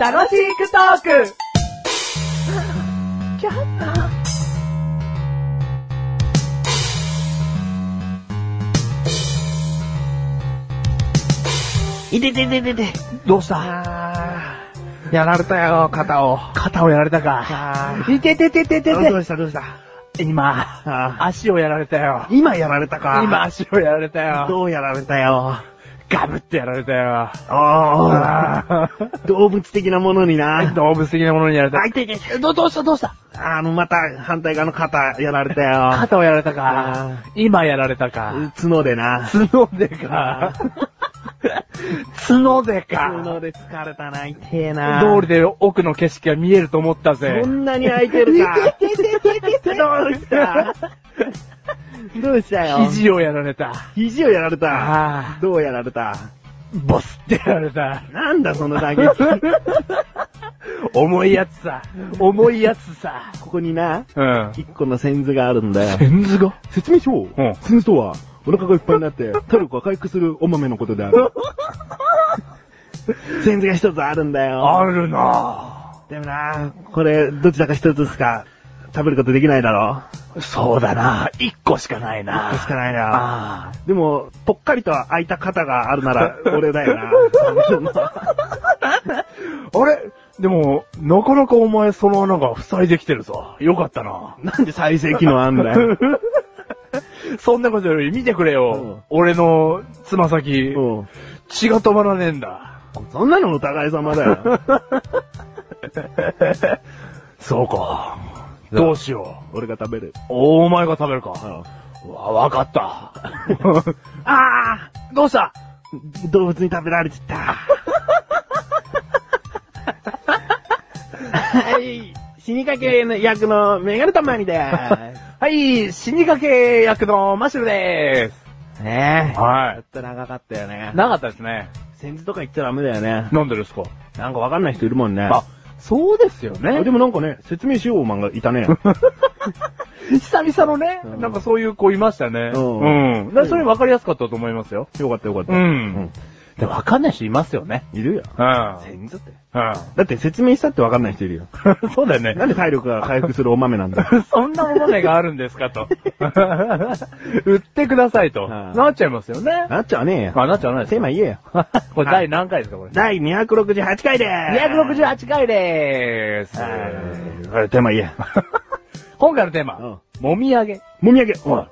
楽しくトークいててててて。どうしたあー、やられたよ、肩を。肩をやられたか。あいてててててー、どうて。したどうした今、あ足をやられたよー。今やられたか。今足をやられたよ。どうやられたよ。ガブってやられたよ。ああー、動物的なものにな。ー動物的なものにやられた。あ、い痛い痛い痛い。ど、どうしたどうしたあの、また反対側の肩やられたよ。肩をやられたあか。今やられたか。角でな。角でか。角でか。角で疲れたな、痛えな。通りで奥の景色が見えると思ったぜそ。んなに空いてる か。いてててててどうしたどうしたよ。。肘をやられた。肘をやられた。あどうやられたーボスってやられ た。なんだその打 撃。重いやつさ。重いやつさ。ここにな、うん。一個の線図があるんだよ。ンズが説明書をうん先生とは、お腹がいっぱいにな って、体力が回復するお豆のことである。線図が一つあるんだよ。あるなでもな、これ、どちらか一つしか食べることできないだろぁそうだなぁ一個しかないなう。しかないな。あでも、ぽっかりと開いた肩があるな ら、俺だよな。あ。あれでも、なかなかお前その穴が塞いできてるぞ。よかったななんで再生機能あんだ よ。 そんなことより見てくれよ。俺のつま先、うん血が止まらねえんだ。そんなのお互い様だよ。 そうか。どうしよ俺が食べる。う。お前が食べるか。あわ、わか った。あどうしたー動物に食べられちった。はい。死にかけの役のメガネたまにでーはい、死にかけ役のマシュルでーす。ねす。はえ。ちょっ。と長かったよね。なかったですね。先日とか言っちゃダメだよね。なんでですかなんかわかんない人いるもんね。あ、そうですよねあで。もなんかね、説明しようマンがいたね。久々のね、うんなんかそういう子いましたね。うんうん。だからそれ分かりやすかったと思いますよ。 よかったよかった。う。ん。でも分かんない人いますよね。いるよ。うん。う先日って。ん。だって説明したってわかんない人いるよ。 そうだよねなんで体力が回復するお豆なん だよそんなものねがあるんですか と。売ってくださいと。はいなっちゃいますよね。なっちゃわねえよ。あ、なっちゃわないですテーマか。言えよ。これ第何回ですか、これ。第268回でーす。 268回でーす。あれ、テーマ言 え。今回のテーマ、もみ あげ。もみあげ。ほ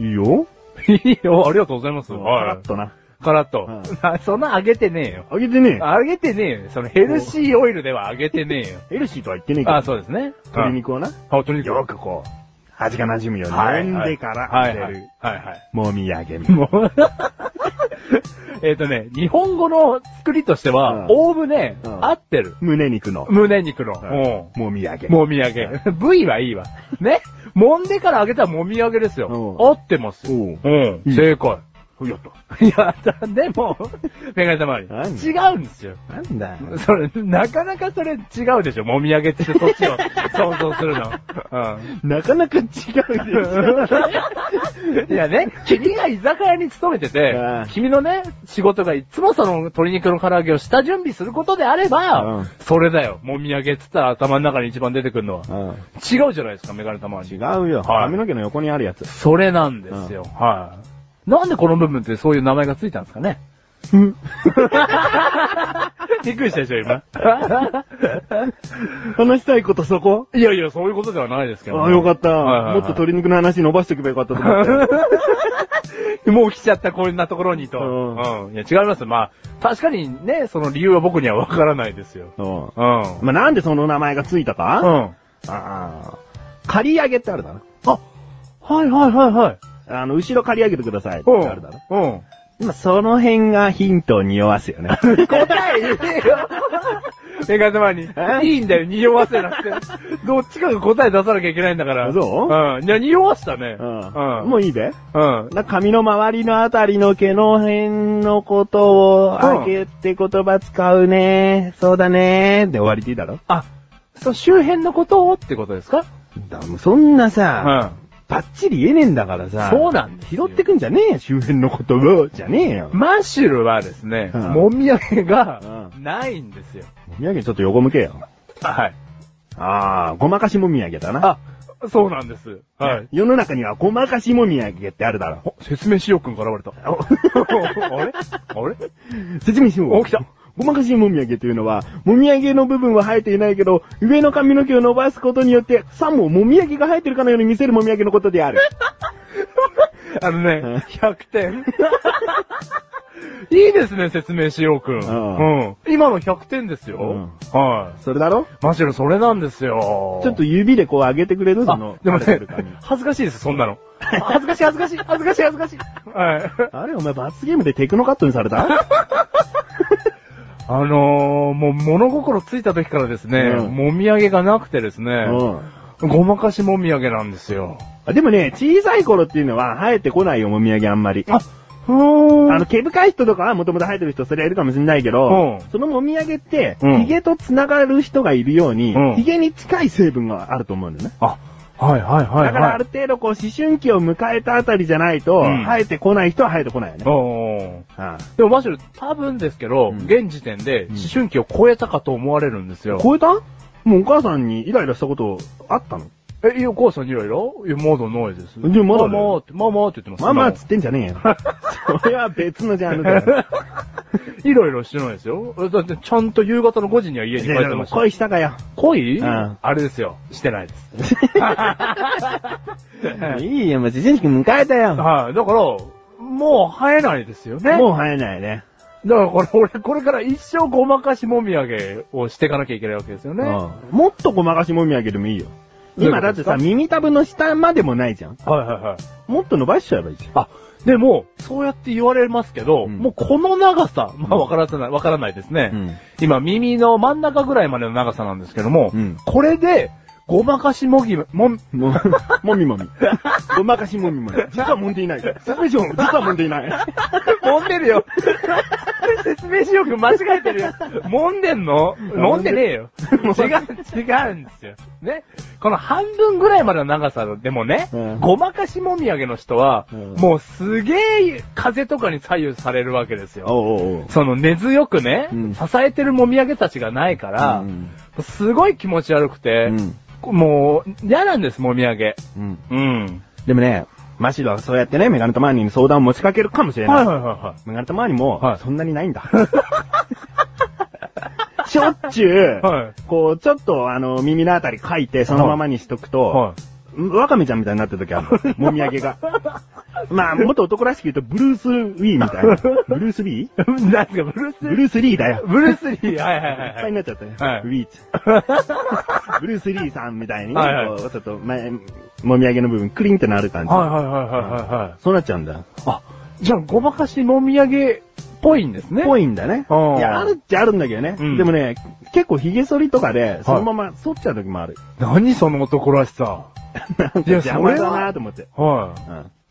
いいよ。いいよ、ありがとうございます。カはラッい。とな。カラッとうん。な そんなあげてねえよ。あげてねえ。あげてねえよ。そのヘルシーオイルではあげてねえよ。ヘルシーとは言ってねえけど。あ、そうですね。鶏肉をな、うん。あ、鶏肉。よくこう、味が馴染むようにはい。揉んでかはらい出はいる。。はいはい。もみあげみたいな。もう えっとね、日本語の作りとしてうんは、おおむね、うん合ってる。胸肉の、胸肉の。うんもみあげ。もみあげ。部位はいいわ。ね。揉んでからあげたらもみあげですよ。うん合ってますよ。おううん。いい正 解。やっと。いや、だでも、メガネたまに。何違うんですよ。なんだよ。 それ、なかなかそれ違うでしょ。もみあげってそっちを想像するの。うなかなか違うでしょ。ん。いやね、君が居酒屋に勤めててうん、君のね、仕事がいつもその鶏肉の唐揚げを下準備することであれば、うんそれだよ。もみあげって言ったら頭の中に一番出てくるのは。 うん違うじゃないですか、メガネたまに。違うよ。はい髪の毛の横にあるやつ。それなんですよ。はい。なんでこの部分ってそういう名前がついたんですかねびっくりしたでしょ、今。話したいことそこ いやいや、そういうことではないですけど、ああ、よかった。はいはいはいもっと鶏肉の話伸ばしておけばよかったと思ったよ。もう来ちゃった、こんなところにと。ううん。いや、違います。まあ、確かにね、その理由は僕にはわからないですよ。うん うん。まあ、なんでその名前がついたかう、ん。ああ、刈り上げってあるだろ。はいはいはいはい。あの、後ろ刈り上げてくださいってうん。あるだろ。うん。今、その辺がヒントを匂わすよね。 答え言えよ映画前に。えいいんだよ、匂わせなくて。どっちかが答え出さなきゃいけないんだから。そううん。いや、匂わしたね。うん。うん。もういいべうん。な髪の周りのあたりの毛の辺のことを、あげって言葉使うね。そうだね。で終わりでいいだろあ、その周辺のことをってことですかだもうそんなさ、うばっちり言えねえんだからさ。そうなんです拾よってくんじゃねえよ、周辺の言葉じゃねえよ。マッシュルはですね、うんもみあげがうないんですよ。もみあげちょっと横向けよ。はい。ああ、ごまかしもみあげだな。あ、そうなんです。はい。世の中にはごまかしもみあげってあるだろ。お説明しようくんが現れた。お あれあれ説明しよう。お来た。ごまかしもみあげというのは、もみあげの部分は生えていないけど、上の髪の毛を伸ばすことによって、さももみあげが生えてるかのように見せるもみあげのことである。あのうんね、100点。 いいですね、説明しようくんん。うん。今の100点ですよ。はい。それだろマッシュルそれなんですよ。ちょっと指でこう上げてくれるそあの、、でも生えてるね髪、恥ずかしいです、そんなの。恥ずかしい、恥ずかしい、恥ずかしい、恥ずかしい。はい。あれお前罰ゲームでテクノカットにされ たあのー、もう物心ついた時からですね、うんもみあげがなくてですうね、ん。ごまかしもみあげなんですよ。あでもね、小さい頃っていうのは生えてこないよ、もみあげあんまり。あふあーの、毛深い人とかはもともと生えてる人、それはいるかもしれないけど、うんそのもみあげって、うんヒゲと繋がる人がいるように、うんヒゲに近い成分があると思うんだよね。あ、はいはいはい、はい。だからある程度こう、思春期を迎えたあたりじゃないと、うん生えてこない人は生えてこないよね。おーあでもマシュル、多分ですけど、うん現時点で思春期を超えたかと思われるんですあよ。超えたもうお母さんにイライラしたことあったのえ、いや、お母さんにいろいろいや、まだないです。でもまだだよママって、ママって言ってます。ママっ今つってんじゃねえよ。 それは別のジャンルだよ。もいろいろしてないですよ。だって、ちゃんと夕方の5時には家に帰ってました。恋したかよ。恋うんあれですよ。してないです。はい、いいよ、もう思春期迎えたよ。はいだから、もう生えないですよね。もう生えないね。だからこれ、俺、これから一生ごまかしもみあげをしていかなきゃいけないわけですよね。はうんもっとごまかしもみあげでもいいよ。どういうこ今とだってさ、耳たぶの下までもないじゃん。いはいはい。もっと伸ばしちゃえばいいじゃん。あ、でも、そうやって言われますけうど、んもうこの長さ、まあうんわからない、わからないですね、うん今耳の真ん中ぐらいまでの長さなんですけども、うんこれで、ごまかしもぎ、も ん、も、もみもみ。ごまかしもみもみ。実は揉んでいない。 それ以上、実は揉んでいない。揉んでるよ。説明しようく間違えてるよ。揉んでんの揉んでねえよ。違う、違うんですよ。ね。この半分ぐらいまでの長さでもね、うんごまかしもみあげの人は、うんもうすげえ風とかに左右されるわけですよ。おうおうおう。その根強くね、うん支えてるもみあげたちがないから、うんすごい気持ち悪くて、うんもう嫌なんです、もみあげ。うんうん。でもね、マシロはそうやってね、メガネタマーニーに相談を持ちかけるかもしれない。はいはメガネタマーニーもはい、そんなにないん だ。しょっちゅう、はいこう、ちょっとあの、耳のあたり書いて、そのままにしとくと、はい。ワカメちゃんみたいになった時ある。もみあげが。まあ、もっと男らしく言うと、ブルース・ウィーみたいな。 ブルース・ウィー何ですか、ブルースブ、ルース・リーだよ。ブルースリー、はいはいっはいぱはにいい。なっちゃったね。はいウィーチ。 ブルース・リーさんみたいにね、はいはいこうちょっと、ま、もみあげの部分、クリンってなる感じ。はいはいはいはいはい。そうなっちゃうんだ。あ、じゃあ、ごまかしもみあげっぽいんですね。ぽい。いんだね。うんいや、あるっちゃあるんだけどね。うんでもね、結構髭剃りとかで、そのまま剃っちゃう時もある。何その男らしさ。なんかいや邪魔それだはなと思って。はうん。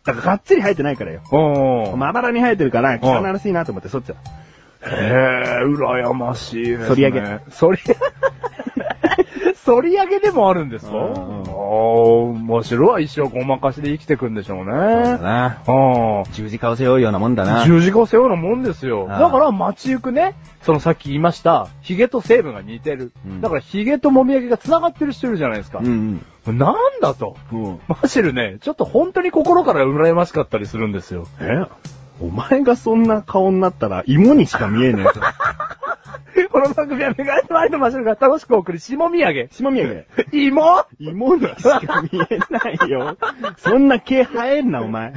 だから、がっつり生えてないからよ。い。うん。まばらに生えてるから、汚らしいなと思って剃っちゃう。へえ、羨ましいですね。反り上げ。反り、 反り上げでもあるんですかあうあんうんー、面白い。一生ごまかしで生きてくんでしょうね。そうだあな。あ。十字架を背負うようなもんだな。十字架を背負うようなもんですよ。ああだから街行くね、そのさっき言いました、ヒゲと成分が似てる。うんだからヒゲともみあげが繋がってる人いるじゃないですか。うんなんだと。うん。うん。マシルね、ちょっと本当に心から羨ましかったりするんですよ。えお前がそんな顔になったら、芋にしか見え ねえぞ。この番組はメガネとマリとマシルが楽しくお送る、下 見上げ。しもみあげ。芋芋にしか見えないよ。そんな毛生えんな、お前。